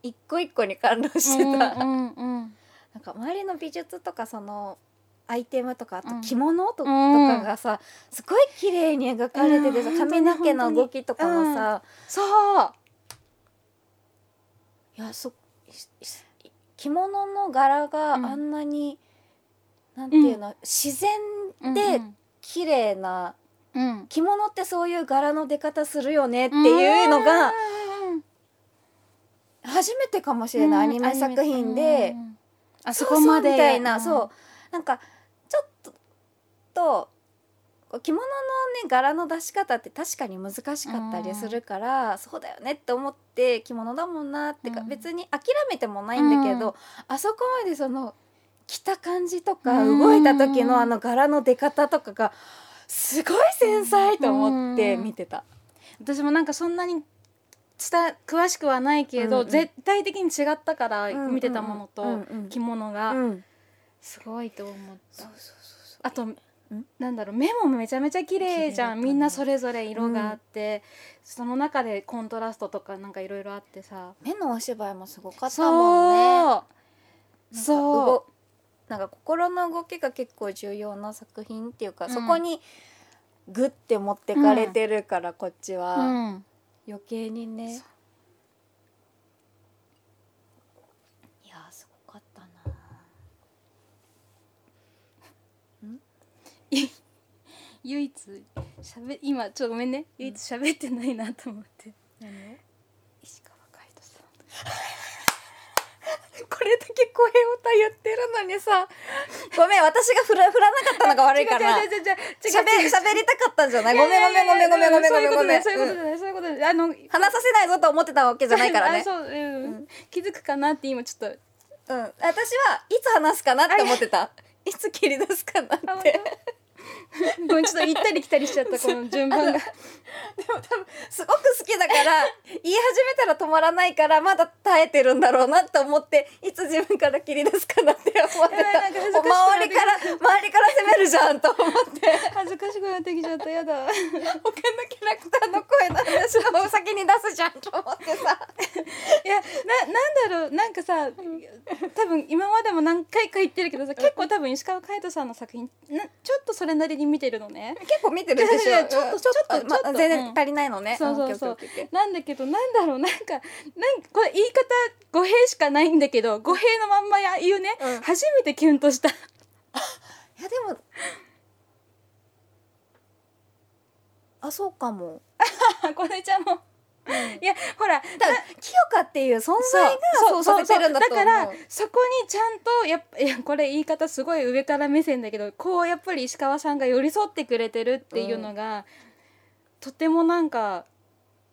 Speaker 2: 一個一個に感動してた、
Speaker 1: うんうん
Speaker 2: なんか周りの美術とかそのアイテムとかあと
Speaker 1: うん
Speaker 2: 着物と,、
Speaker 1: うん
Speaker 2: とかがさすごい綺麗に描かれててさ
Speaker 1: うん
Speaker 2: 髪の毛の動きとかもさ、
Speaker 1: そう
Speaker 2: いやそしし着物の柄があ
Speaker 1: うん
Speaker 2: んなに、なんていうの、自然で綺麗な、
Speaker 1: うん
Speaker 2: 着物ってそういう柄の出方するよねっていうのが初めてかもしれない、アニメ作品で、
Speaker 1: あそ
Speaker 2: そこ
Speaker 1: こ
Speaker 2: ま
Speaker 1: ま
Speaker 2: で
Speaker 1: で
Speaker 2: みたいな、そうなんかちょっととこう着物のね柄の出し方って確かに難しかったりするから、そうだよねって思って着物だもんなってか、
Speaker 1: うん
Speaker 2: 別に諦めてもないんだけど、
Speaker 1: う
Speaker 2: あそこまでその着た感じとか、
Speaker 1: うん
Speaker 2: 動いた時のあの柄の出方とかがすごい繊細と思って見てた。
Speaker 1: 私もなんかそんなに伝詳しくはないけど、
Speaker 2: うんうん
Speaker 1: 絶対的に違ったから
Speaker 2: うん
Speaker 1: 見てたもの
Speaker 2: うん
Speaker 1: と
Speaker 2: うん
Speaker 1: 着物が
Speaker 2: うん
Speaker 1: すごいと思った、
Speaker 2: そうそうそうそう
Speaker 1: あとなんだろう目もめちゃめちゃ綺麗じゃん、
Speaker 2: 綺麗だったね
Speaker 1: みんなそれぞれ色があって、その中でコントラストとかなんかいろいろあってさ
Speaker 2: 目のお芝居もすごかったもんね。
Speaker 1: そうそ
Speaker 2: なんか動なんか心の動きが結構重要な作品っていうか、
Speaker 1: うん
Speaker 2: そこにグッて持ってかれてるから、こっち
Speaker 1: う、
Speaker 2: は、
Speaker 1: うん、
Speaker 2: 余計にねいやーすごかったな
Speaker 1: 唯一しゃべ今ちょっとごめんね唯一喋ってないなと思って、石川海人さん
Speaker 2: これだけ声を歌言ってるのにさごめん私が振ら振らなかったのが悪いから
Speaker 1: 違う違う違う違う
Speaker 2: しゃべりたかったんじゃない
Speaker 1: い
Speaker 2: ご
Speaker 1: や
Speaker 2: めん
Speaker 1: いやいや
Speaker 2: ごめんごめんごめんごめんごめん
Speaker 1: そういうこと
Speaker 2: ご
Speaker 1: じ
Speaker 2: めん
Speaker 1: ゃないそういうことじゃないそういうことじゃないあの
Speaker 2: 話させないぞと思ってたわけじゃないからね
Speaker 1: あそう、うん気づくかなって今ちょっと
Speaker 2: うん、私はいつ話すかなって思ってた。いつ切り出すかな
Speaker 1: あ
Speaker 2: っ
Speaker 1: 本
Speaker 2: て。で
Speaker 1: 当ごめんちょっと行ったり来たりしちゃ
Speaker 2: *laughs*
Speaker 1: ったこの順番が
Speaker 2: も多分すごく好きだから言い始めたら止まらないからまだ耐えてるんだろうなって思っていつ自分から切り出すかなって思って
Speaker 1: やばいなんか恥
Speaker 2: た。
Speaker 1: ず
Speaker 2: お
Speaker 1: かしくなっ
Speaker 2: 周
Speaker 1: て
Speaker 2: り
Speaker 1: き
Speaker 2: から周りから攻めるじゃんと思って
Speaker 1: *laughs* 恥ずかしくなってきちゃったやだ
Speaker 2: 他のキャラクターの声の話を先に出すじゃんと思ってさ。
Speaker 1: いやななんだろうなんかさ多分今までも何回か言ってるけどさ結構多分石川海人さんの作品なちょっとそれなりに見てるのね
Speaker 2: 結構見てるでし
Speaker 1: いやいや
Speaker 2: ょ。
Speaker 1: ちょっと
Speaker 2: ちょ
Speaker 1: ちょっと
Speaker 2: ま
Speaker 1: ちょっと
Speaker 2: 全然足りないのね。
Speaker 1: そうそうそ
Speaker 2: オッ
Speaker 1: う
Speaker 2: ケーオッケーオッケー
Speaker 1: なんだけどなんだろうなんかなんかこれ言い方語弊しかないんだけど語弊のまんまや言うね、
Speaker 2: うん
Speaker 1: 初めてキュンとした
Speaker 2: いやでも。あそうかも。
Speaker 1: あこねちゃんもいやほら
Speaker 2: だから清香っていう存在がそうさせてるんだと思う
Speaker 1: からそこにちゃんとやっぱいやこれ言い方すごい上から目線だけどこうやっぱり石川さんが寄り添ってくれてるっていうのが、とてもなんか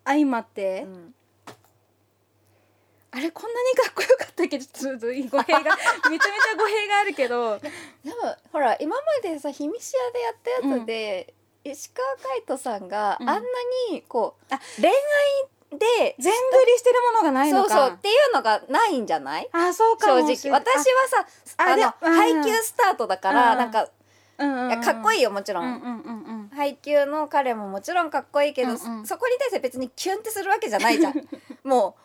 Speaker 1: 相まって、
Speaker 2: うん
Speaker 1: あれこんなにかっこよかったっけどちょっと語弊がめちゃめちゃ語弊があるけど
Speaker 2: でもほら今までさ氷見市屋でやったやつで、石川海人さんがあ
Speaker 1: うんん
Speaker 2: なにこう、
Speaker 1: あ
Speaker 2: 恋愛で
Speaker 1: 全振りしてるものがない
Speaker 2: そ
Speaker 1: の
Speaker 2: う
Speaker 1: か
Speaker 2: そうっていうのがないんじゃない
Speaker 1: あそうか
Speaker 2: 正
Speaker 1: も
Speaker 2: 直
Speaker 1: し
Speaker 2: 私
Speaker 1: れ
Speaker 2: は
Speaker 1: ない
Speaker 2: さ
Speaker 1: あ
Speaker 2: あ
Speaker 1: で
Speaker 2: の
Speaker 1: もうん
Speaker 2: 配給スタートだから
Speaker 1: うん
Speaker 2: なんか、
Speaker 1: あうんうんうん
Speaker 2: いやかっこいいよもちろ、
Speaker 1: うんんうんうんうん
Speaker 2: 配給の彼ももちろんかっこいいけど、
Speaker 1: うんうん
Speaker 2: そこに対して別にキュンってするわけじゃない
Speaker 1: *laughs*
Speaker 2: じゃんもう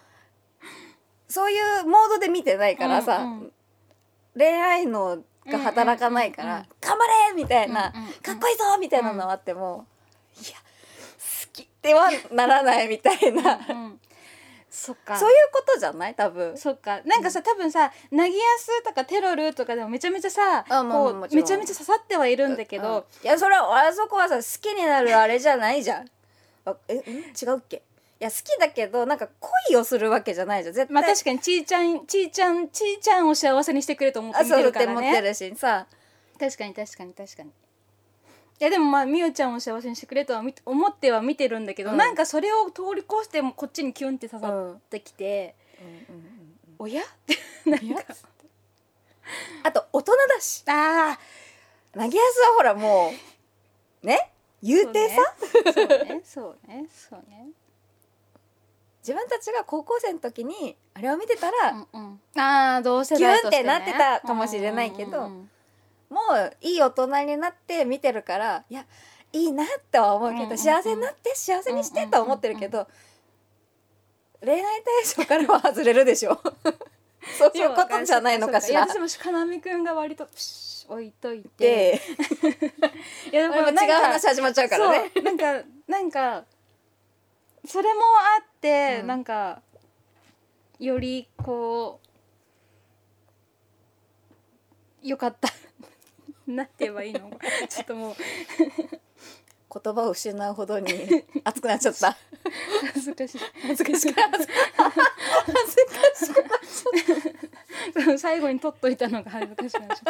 Speaker 2: そういうモードで見てないからさ、
Speaker 1: うんうん
Speaker 2: 恋愛のが働かないから
Speaker 1: うん
Speaker 2: 「
Speaker 1: うんうん
Speaker 2: 頑張れ!」みたいな、
Speaker 1: うんうんうん
Speaker 2: かっこいいぞ!」みたいなのはあっても、いや好きってはならないみたいな
Speaker 1: うんそっか
Speaker 2: そういうことじゃない多分。
Speaker 1: そっかなんかさ多分さ「なぎやす」とか「テロル」とかでもめちゃめちゃさ
Speaker 2: あまあまあ
Speaker 1: こ
Speaker 2: もち
Speaker 1: う
Speaker 2: ろ
Speaker 1: め
Speaker 2: ん
Speaker 1: ちゃめちゃ刺さってはいるんだけ
Speaker 2: うん
Speaker 1: ど、
Speaker 2: いやそれはあそこはさ好きになるあれじゃないじゃんあえん違うっけいや好きだけどなんか恋をするわけじゃないじゃん絶対、
Speaker 1: まあ確かにちいちゃんちいちゃんちいちゃんを幸せにしてくれと思って
Speaker 2: あ
Speaker 1: 見
Speaker 2: そ
Speaker 1: て
Speaker 2: う
Speaker 1: る
Speaker 2: って
Speaker 1: か
Speaker 2: 持
Speaker 1: ら
Speaker 2: って
Speaker 1: ね
Speaker 2: るしさ
Speaker 1: 確かに確かに確かにいやでもまあみゆちゃんを幸せにしてくれとはみ思っては見てるんだけど、
Speaker 2: うん
Speaker 1: なんかそれを通り越してもこっちにキュンって刺さってきて「おや?」ってなんか
Speaker 2: あと大人だし
Speaker 1: あ
Speaker 2: 投げやすはほらもうね言うてさ、
Speaker 1: ー
Speaker 2: *laughs*
Speaker 1: そうねそうねそうね
Speaker 2: 自分たちが高校生の時にあれを見てたら、
Speaker 1: うんうん、ああどうせだとして、ね、
Speaker 2: キュンってなってたかもしれないけど
Speaker 1: うんうんうん
Speaker 2: もういい大人になって見てるからいやいいなとは思うけど、
Speaker 1: うんうんうん
Speaker 2: 幸せになって幸せにしてとは思ってるけど、恋愛対象からは外れるで *laughs* しょそういうことじゃないのかしら
Speaker 1: いや。私もしかなみくんが割とプシュッ置いといて
Speaker 2: で、
Speaker 1: いやで
Speaker 2: これも違う話始まっちゃうからね。
Speaker 1: そうなんかなんかそれもあって、
Speaker 2: うん
Speaker 1: なんかよりこうよかった *laughs* なんて言えばいいのちょっともう
Speaker 2: 言葉を失うほどに熱くなっちゃった。
Speaker 1: 恥ずかしい
Speaker 2: *laughs* 恥ずかしくない。
Speaker 1: その最後に取っといたのが恥ずかしいな
Speaker 2: 好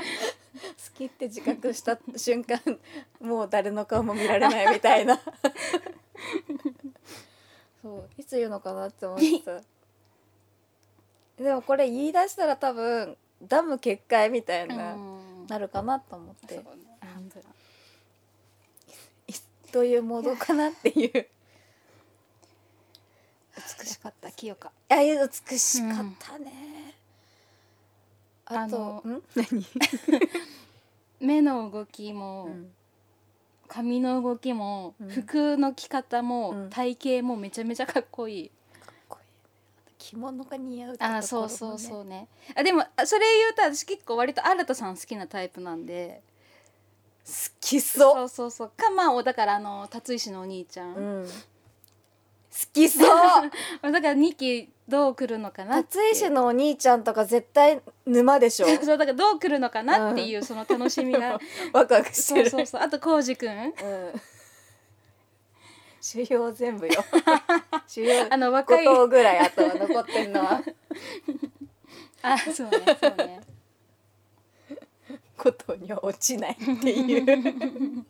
Speaker 2: きって自覚した瞬間 *laughs* もう誰の顔も見られないみたいなそういつ言うのかなって思ってた *laughs* でもこれ言い出したら多分ダム決壊みたい *laughs* な、
Speaker 1: うん
Speaker 2: なるかなと思っ
Speaker 1: そう
Speaker 2: て
Speaker 1: ね本当だ
Speaker 2: どういうモードかなっていう
Speaker 1: 美しかった清香
Speaker 2: あいや美しかったね、あと
Speaker 1: あの
Speaker 2: ん何、
Speaker 1: 目の動きも、髪の動きも、
Speaker 2: うん
Speaker 1: 服の着方も、
Speaker 2: うん
Speaker 1: 体型もめちゃめちゃかっこいい
Speaker 2: かっこいいあと着物が似合うってところもね
Speaker 1: あそうそうそうねあでもあそれ言うと私結構割と新田さん好きなタイプなんで
Speaker 2: 好きそ
Speaker 1: そ
Speaker 2: う
Speaker 1: うそうそうかまあおだからあの辰石のお兄ちゃん、 *laughs*
Speaker 2: うん、好き *laughs* そう
Speaker 1: まあだから2期どう来るのかなって
Speaker 2: 夏井市のお兄ちゃんとか絶対沼でしょ
Speaker 1: *laughs* そうだからどう来るのかなっていうその楽しみ *laughs* が、
Speaker 2: *laughs* ワクワクし
Speaker 1: そ
Speaker 2: て
Speaker 1: う
Speaker 2: る
Speaker 1: そうそうあと浩二くん
Speaker 2: うん主要全 *laughs* 部よ主要
Speaker 1: あの若
Speaker 2: 5
Speaker 1: い
Speaker 2: 頭ぐらいあとは残ってんのは
Speaker 1: あそうねそうね
Speaker 2: 5頭には落ちないって *laughs* いう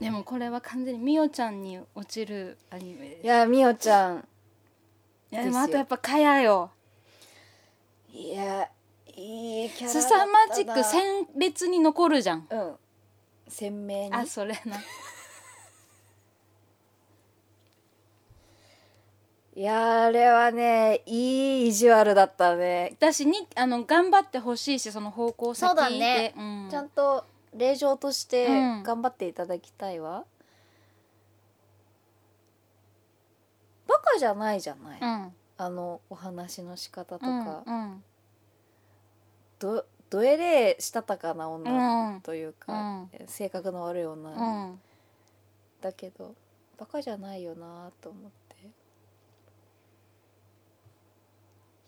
Speaker 1: でもこれは完全にみおちゃんに落ちるアニメです
Speaker 2: いやみおちゃん
Speaker 1: いや
Speaker 2: で
Speaker 1: ですも
Speaker 2: よ
Speaker 1: あとやっぱかやよ
Speaker 2: いやいいキャラだ
Speaker 1: す
Speaker 2: ったな
Speaker 1: さまじく鮮烈に残るじゃん
Speaker 2: うん鮮明に
Speaker 1: あそれない
Speaker 2: やあれはねいい意地悪だったね、
Speaker 1: だしにあの頑張ってほしいしその方向先で
Speaker 2: そうだね
Speaker 1: うん、
Speaker 2: ちゃんと令状として
Speaker 1: うん
Speaker 2: 頑張っていただきたいわ、バカじゃないじゃない、
Speaker 1: うん
Speaker 2: あのお話の仕方と
Speaker 1: うん
Speaker 2: か、
Speaker 1: うん
Speaker 2: どどえれしたたかな女
Speaker 1: うん
Speaker 2: という
Speaker 1: う
Speaker 2: か、
Speaker 1: ん
Speaker 2: 性格の悪い女、
Speaker 1: うん
Speaker 2: だけどバカじゃないよなと思ってい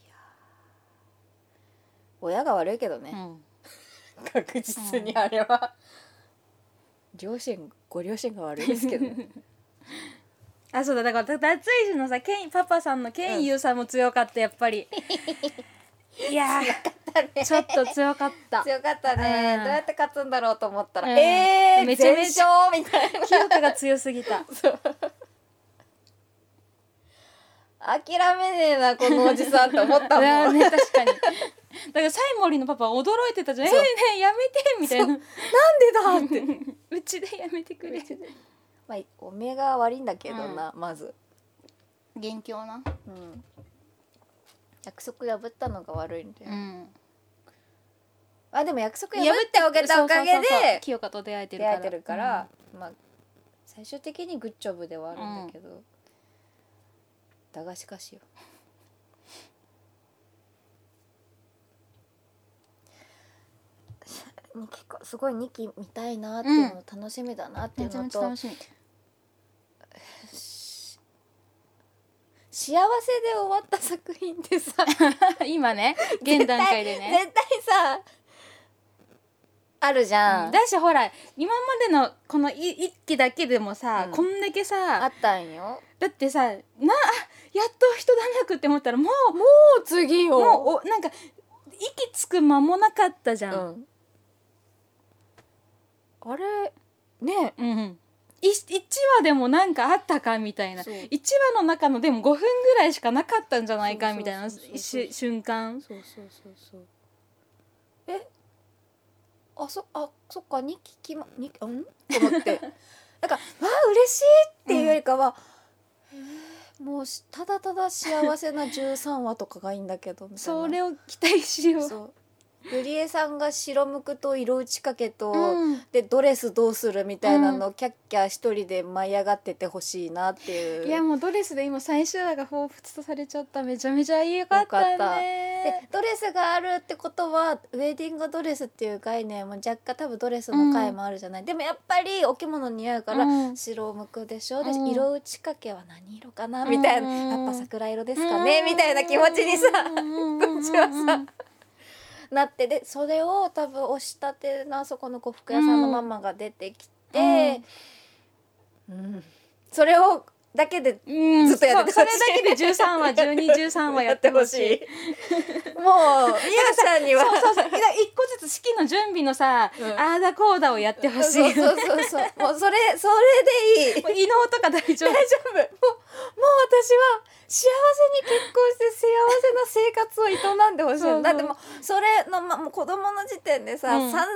Speaker 2: やー親が悪いけどね、
Speaker 1: うん
Speaker 2: 確実にあれは、両親ご両親が悪いですけどね
Speaker 1: あそうだだから脱衣師のさケンパパさんのケンユウさんも強かったやっぱりいやー
Speaker 2: たね
Speaker 1: ちょっと *laughs* 強かった記
Speaker 2: *laughs* 強かったね、
Speaker 1: うん
Speaker 2: どうやって勝つんだろうと思ったら、
Speaker 1: うん
Speaker 2: えー、
Speaker 1: めちゃめち
Speaker 2: ゃみたいな
Speaker 1: 憶が強すぎた
Speaker 2: 諦めねえなこのおじさんと思った
Speaker 1: い
Speaker 2: も
Speaker 1: や
Speaker 2: ん、
Speaker 1: ね確かにだからサイモリのパパは驚いてたじゃん「え
Speaker 2: そう
Speaker 1: ねえやめて」みたいな
Speaker 2: なんでだって
Speaker 1: 「 *laughs* うちでやめてくれ」
Speaker 2: まあおめえが悪いんだけどな、まず、
Speaker 1: 元凶な
Speaker 2: うん、約束破ったのが悪いんだよ、
Speaker 1: うん
Speaker 2: あでも約束破
Speaker 1: 破
Speaker 2: ってあげたおかげ
Speaker 1: そうそうそうそう
Speaker 2: で
Speaker 1: 清香と出会えてるか
Speaker 2: 出
Speaker 1: ら
Speaker 2: 会えてるから、まあ最終的にグッジョブではあるんだけど、だがし
Speaker 1: *laughs*
Speaker 2: かしよに結構すごい2期見たいなっていうのも楽しみだなって
Speaker 1: うんめ
Speaker 2: いう
Speaker 1: ちゃ
Speaker 2: の
Speaker 1: めち
Speaker 2: と、
Speaker 1: ゃ楽しみ
Speaker 2: 幸せで終わった作品でさ
Speaker 1: *laughs* 今ね現段階でね
Speaker 2: 絶対さあるじゃん、
Speaker 1: だしほら今までのこのい一期だけでもさ、
Speaker 2: うん
Speaker 1: こんだけ
Speaker 2: あ
Speaker 1: さ
Speaker 2: ったんよ
Speaker 1: だってさなあやっと一段落って思ったらもうも
Speaker 2: もう次
Speaker 1: うおなんか息つく間もなかったじゃん。
Speaker 2: ん、あれね
Speaker 1: うんうんい1話でもなんかあったかみたいな
Speaker 2: そう
Speaker 1: 1話の中のでも5分ぐらいしかなかったんじゃないかみたいな
Speaker 2: そうそうそうそう
Speaker 1: し瞬間
Speaker 2: そうそうそうそうえあそあそっか2期きま二期うんと思って
Speaker 1: *laughs*
Speaker 2: なんかわあ嬉しいっていうよりかは、えーもうしただただ幸せな13話とかがいいんだけどみたいな
Speaker 1: それを期待しよう。
Speaker 2: そうゆりえさんが白むくと色打ちかけと、
Speaker 1: うん
Speaker 2: でドレスどうするみたいなのをキャッキャ一人で舞い上がっててほしいなっていう。
Speaker 1: いやもうドレスで今最終話が彷彿とされちゃっためちゃめちゃ良かった
Speaker 2: よかった
Speaker 1: ね
Speaker 2: でドレスがあるってことはウェディングドレスっていう概念も若干多分ドレスの回もあるじゃない、でもやっぱりお着物似合うから、
Speaker 1: うん
Speaker 2: 白を向くでしょで、
Speaker 1: うん
Speaker 2: 色打ち掛けは何色かな、
Speaker 1: うん
Speaker 2: みたいなやっぱ桜色ですかね、みたいな気持ちにさ、
Speaker 1: こ
Speaker 2: っちはさなってでそれを多分押し立てのあそこの呉服屋さんのママが出てきて、うんそれをだけで
Speaker 1: うん、
Speaker 2: ずっとやってほ
Speaker 1: そう
Speaker 2: しい
Speaker 1: それだけで13話1213話やってほし
Speaker 2: *laughs*
Speaker 1: い。
Speaker 2: もうみゆちゃん
Speaker 1: *laughs*
Speaker 2: には
Speaker 1: そうそうだから一個ずつ式の準備のさ、
Speaker 2: うん
Speaker 1: ああだこうだをやってほしい
Speaker 2: そう
Speaker 1: よ
Speaker 2: そう
Speaker 1: ね
Speaker 2: そうそう *laughs* もうそれそ
Speaker 1: *laughs*
Speaker 2: れでいい
Speaker 1: もう異能とか大丈夫
Speaker 2: 大丈夫もうもう私は幸せに結婚して幸せな生活を営んでほしい
Speaker 1: そうそう
Speaker 2: のだってもうそれの、ま、もう子供の時点でさ、
Speaker 1: うん
Speaker 2: 散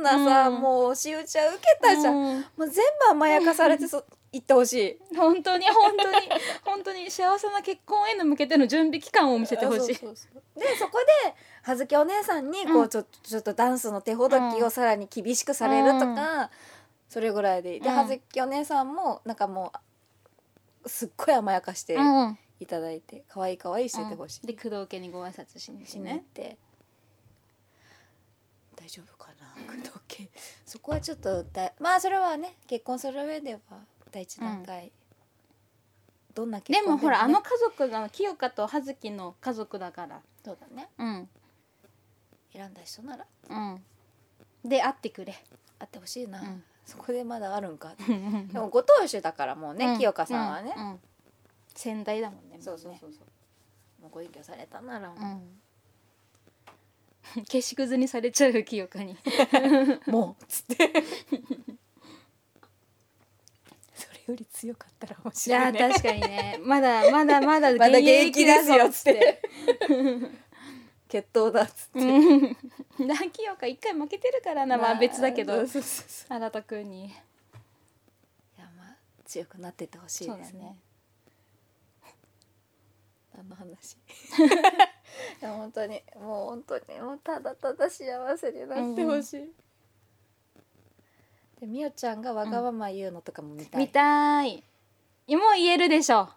Speaker 2: 々なさ、
Speaker 1: うん
Speaker 2: もう仕打ちは受けたじゃん、も
Speaker 1: うん
Speaker 2: う全部甘やかされてそ行ってほしい
Speaker 1: 本当に本当に本当に幸せな結婚への向けての準備期間を見せてほしい
Speaker 2: そうそうそうでそこで葉月お姉さんにこう、
Speaker 1: うん
Speaker 2: ちょちょっとダンスの手ほどきをさらに厳しくされるとか、それぐらいでいいで、
Speaker 1: うん
Speaker 2: 葉月お姉さんもなんかもうすっごい甘やかして
Speaker 1: うん
Speaker 2: いただいて、可愛い可愛いしててほしい、
Speaker 1: で工藤家にご挨拶しにし
Speaker 2: しねっ
Speaker 1: ね
Speaker 2: て大丈夫かな工藤家そこはちょっとだまあそれはね結婚する上では第一段階、どんな結
Speaker 1: で
Speaker 2: 婚
Speaker 1: もほらあ
Speaker 2: ね
Speaker 1: の家族が清香と葉月の家族だから
Speaker 2: そうだね
Speaker 1: うん
Speaker 2: 選んだ人なら
Speaker 1: うんで会ってくれ
Speaker 2: あってほしいな、
Speaker 1: うん
Speaker 2: そこでまだあるんかで
Speaker 1: ね
Speaker 2: もご当主だからもうね、清香さんはね、
Speaker 1: 先代だもんね
Speaker 2: そうそう
Speaker 1: もね
Speaker 2: そうそうもうご隠居されたならも
Speaker 1: うん消しくずにされちゃう清香に
Speaker 2: う,、もうつって *laughs* それより強かったら
Speaker 1: い
Speaker 2: 面
Speaker 1: や
Speaker 2: 白い
Speaker 1: ー
Speaker 2: ね
Speaker 1: 確かにねま
Speaker 2: *laughs*
Speaker 1: だまだまだ
Speaker 2: まだ現役です
Speaker 1: 現
Speaker 2: よ
Speaker 1: 役だぞ
Speaker 2: つって決闘だっつって、
Speaker 1: うんだ清香一回負けてるからなまあ別だけど
Speaker 2: そうそうそうそ
Speaker 1: 新田君に
Speaker 2: ういやまあ強くなってってほしい
Speaker 1: そう
Speaker 2: で
Speaker 1: だ
Speaker 2: すね
Speaker 1: ね
Speaker 2: あの *laughs* 話いや本当にもう本当にもうただただ幸せになってほしい、でみおちゃんがわがまま言うのとかも見たい、
Speaker 1: 見たーいもう言えるでしょ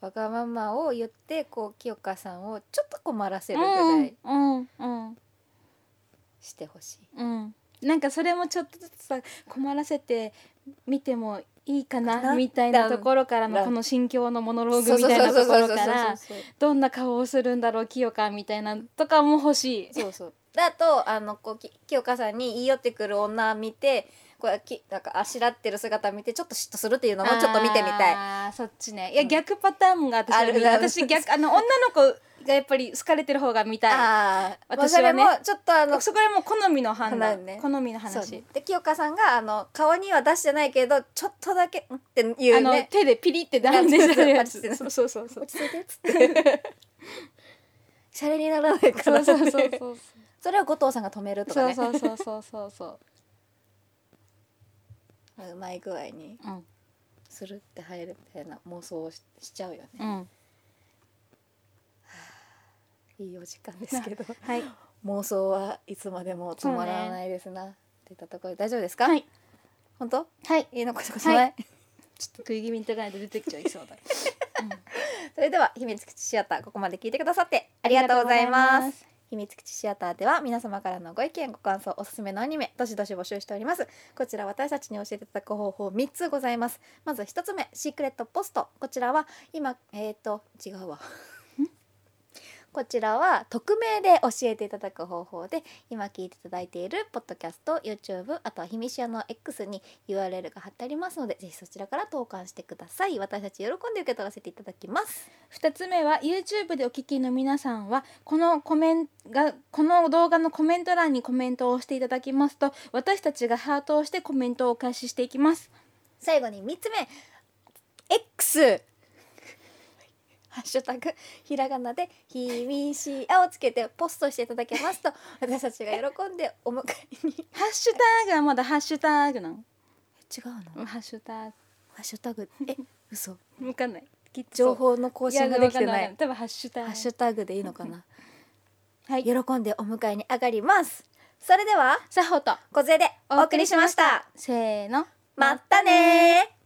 Speaker 2: わがままを言ってこう清香さんをちょっと困らせ
Speaker 1: う
Speaker 2: るぐらい
Speaker 1: んうんうん
Speaker 2: してほしい、
Speaker 1: うんなんかそれもちょっとずつさ困らせて見てもいいか
Speaker 2: かな
Speaker 1: なみたいなところから
Speaker 2: だ
Speaker 1: の
Speaker 2: ん
Speaker 1: この心境のモノロー
Speaker 2: そうそ
Speaker 1: グ
Speaker 2: う
Speaker 1: み
Speaker 2: そう
Speaker 1: たいなとこ
Speaker 2: そうそ
Speaker 1: ろ
Speaker 2: うそう
Speaker 1: からどんな顔をするんだろう清香みたいなとかも欲しい
Speaker 2: そうそうだとあのこうき清香さんに言い寄ってくる女見てこうきなんかあしらってる姿見てちょっと嫉妬するっていうのもちょっと見てみたい。
Speaker 1: あーそっちねいや
Speaker 2: うん
Speaker 1: 逆パターンが私
Speaker 2: あ
Speaker 1: は
Speaker 2: る
Speaker 1: 見る私逆あの女の子がやっぱり好かれてる方が見たい
Speaker 2: ああー
Speaker 1: 私はね
Speaker 2: まあそれもちょっとあの
Speaker 1: そこはもう好みの判
Speaker 2: 判
Speaker 1: 断、
Speaker 2: 断ね
Speaker 1: 好みの
Speaker 2: そう
Speaker 1: 話
Speaker 2: で清香さんがあの顔には出してないけどちょっとだけんってい
Speaker 1: あ
Speaker 2: う
Speaker 1: の
Speaker 2: ね
Speaker 1: 手でピリって断定してるやつ
Speaker 2: あそう
Speaker 1: そうそうそうそう
Speaker 2: 落ち着いてっつってシャレにならないか
Speaker 1: そ
Speaker 2: ら
Speaker 1: う
Speaker 2: って
Speaker 1: そうそうそう
Speaker 2: それを後藤さんが止めるとか
Speaker 1: そう
Speaker 2: ね
Speaker 1: そうそうそうそうそう
Speaker 2: まい具合に
Speaker 1: ううん
Speaker 2: するって入るみたいな妄想をししちゃうよね、
Speaker 1: うん
Speaker 2: いいお時間ですけど *laughs*
Speaker 1: はい
Speaker 2: 妄想はいつまでも止まらないですな、って言ったところで大丈夫ですか、
Speaker 1: はい
Speaker 2: 本当
Speaker 1: はい
Speaker 2: 家のことこない、
Speaker 1: はちょっと食い気味にいただいて出てきちゃいそうだ
Speaker 2: それでは秘密基地シアターここまで聞いてくださってありがとうござい
Speaker 1: ありがとうござい
Speaker 2: ま
Speaker 1: ます
Speaker 2: 秘密基地シアターでは皆様からのご意見ご感想おすすめのアニメどしどし募集しておりますこちら私たちに教えていただく方法3つございますまず1つ目シークレットポストこちらは今えっ、ー、と違うわこちらは匿名で教えていただく方法で今聞いていただいているポッドキャスト YouTube あとはひみしやの X に URL が貼ってありますのでぜひそちらから投函してください私たち喜んで受け取らせていただきます
Speaker 1: 二つ目は YouTube でお聞きの皆さんはこのコメンがこの動画のコメント欄にコメントをしていただきますと私たちがハートをしてコメントをお返ししていきます
Speaker 2: 最後に3つ目 X ハッシュタグひらがなで「ひみしや」をつけてポストしていただけますと私たちが喜んでお迎えに
Speaker 1: ハッシュタグはまだハッシュタグなの
Speaker 2: 違うの
Speaker 1: うんハッシュタ
Speaker 2: ハッシュタグえ嘘
Speaker 1: グわかんないきっと
Speaker 2: 情報の更新ができて
Speaker 1: やわかん
Speaker 2: な
Speaker 1: わかん
Speaker 2: い
Speaker 1: 多分ハッシュタグ
Speaker 2: ハッシュタグでいいのかな
Speaker 1: はい
Speaker 2: 喜んでお迎えに上がりますそれでは
Speaker 1: さほと
Speaker 2: 小杖でお送りしました
Speaker 1: せーの
Speaker 2: まったねー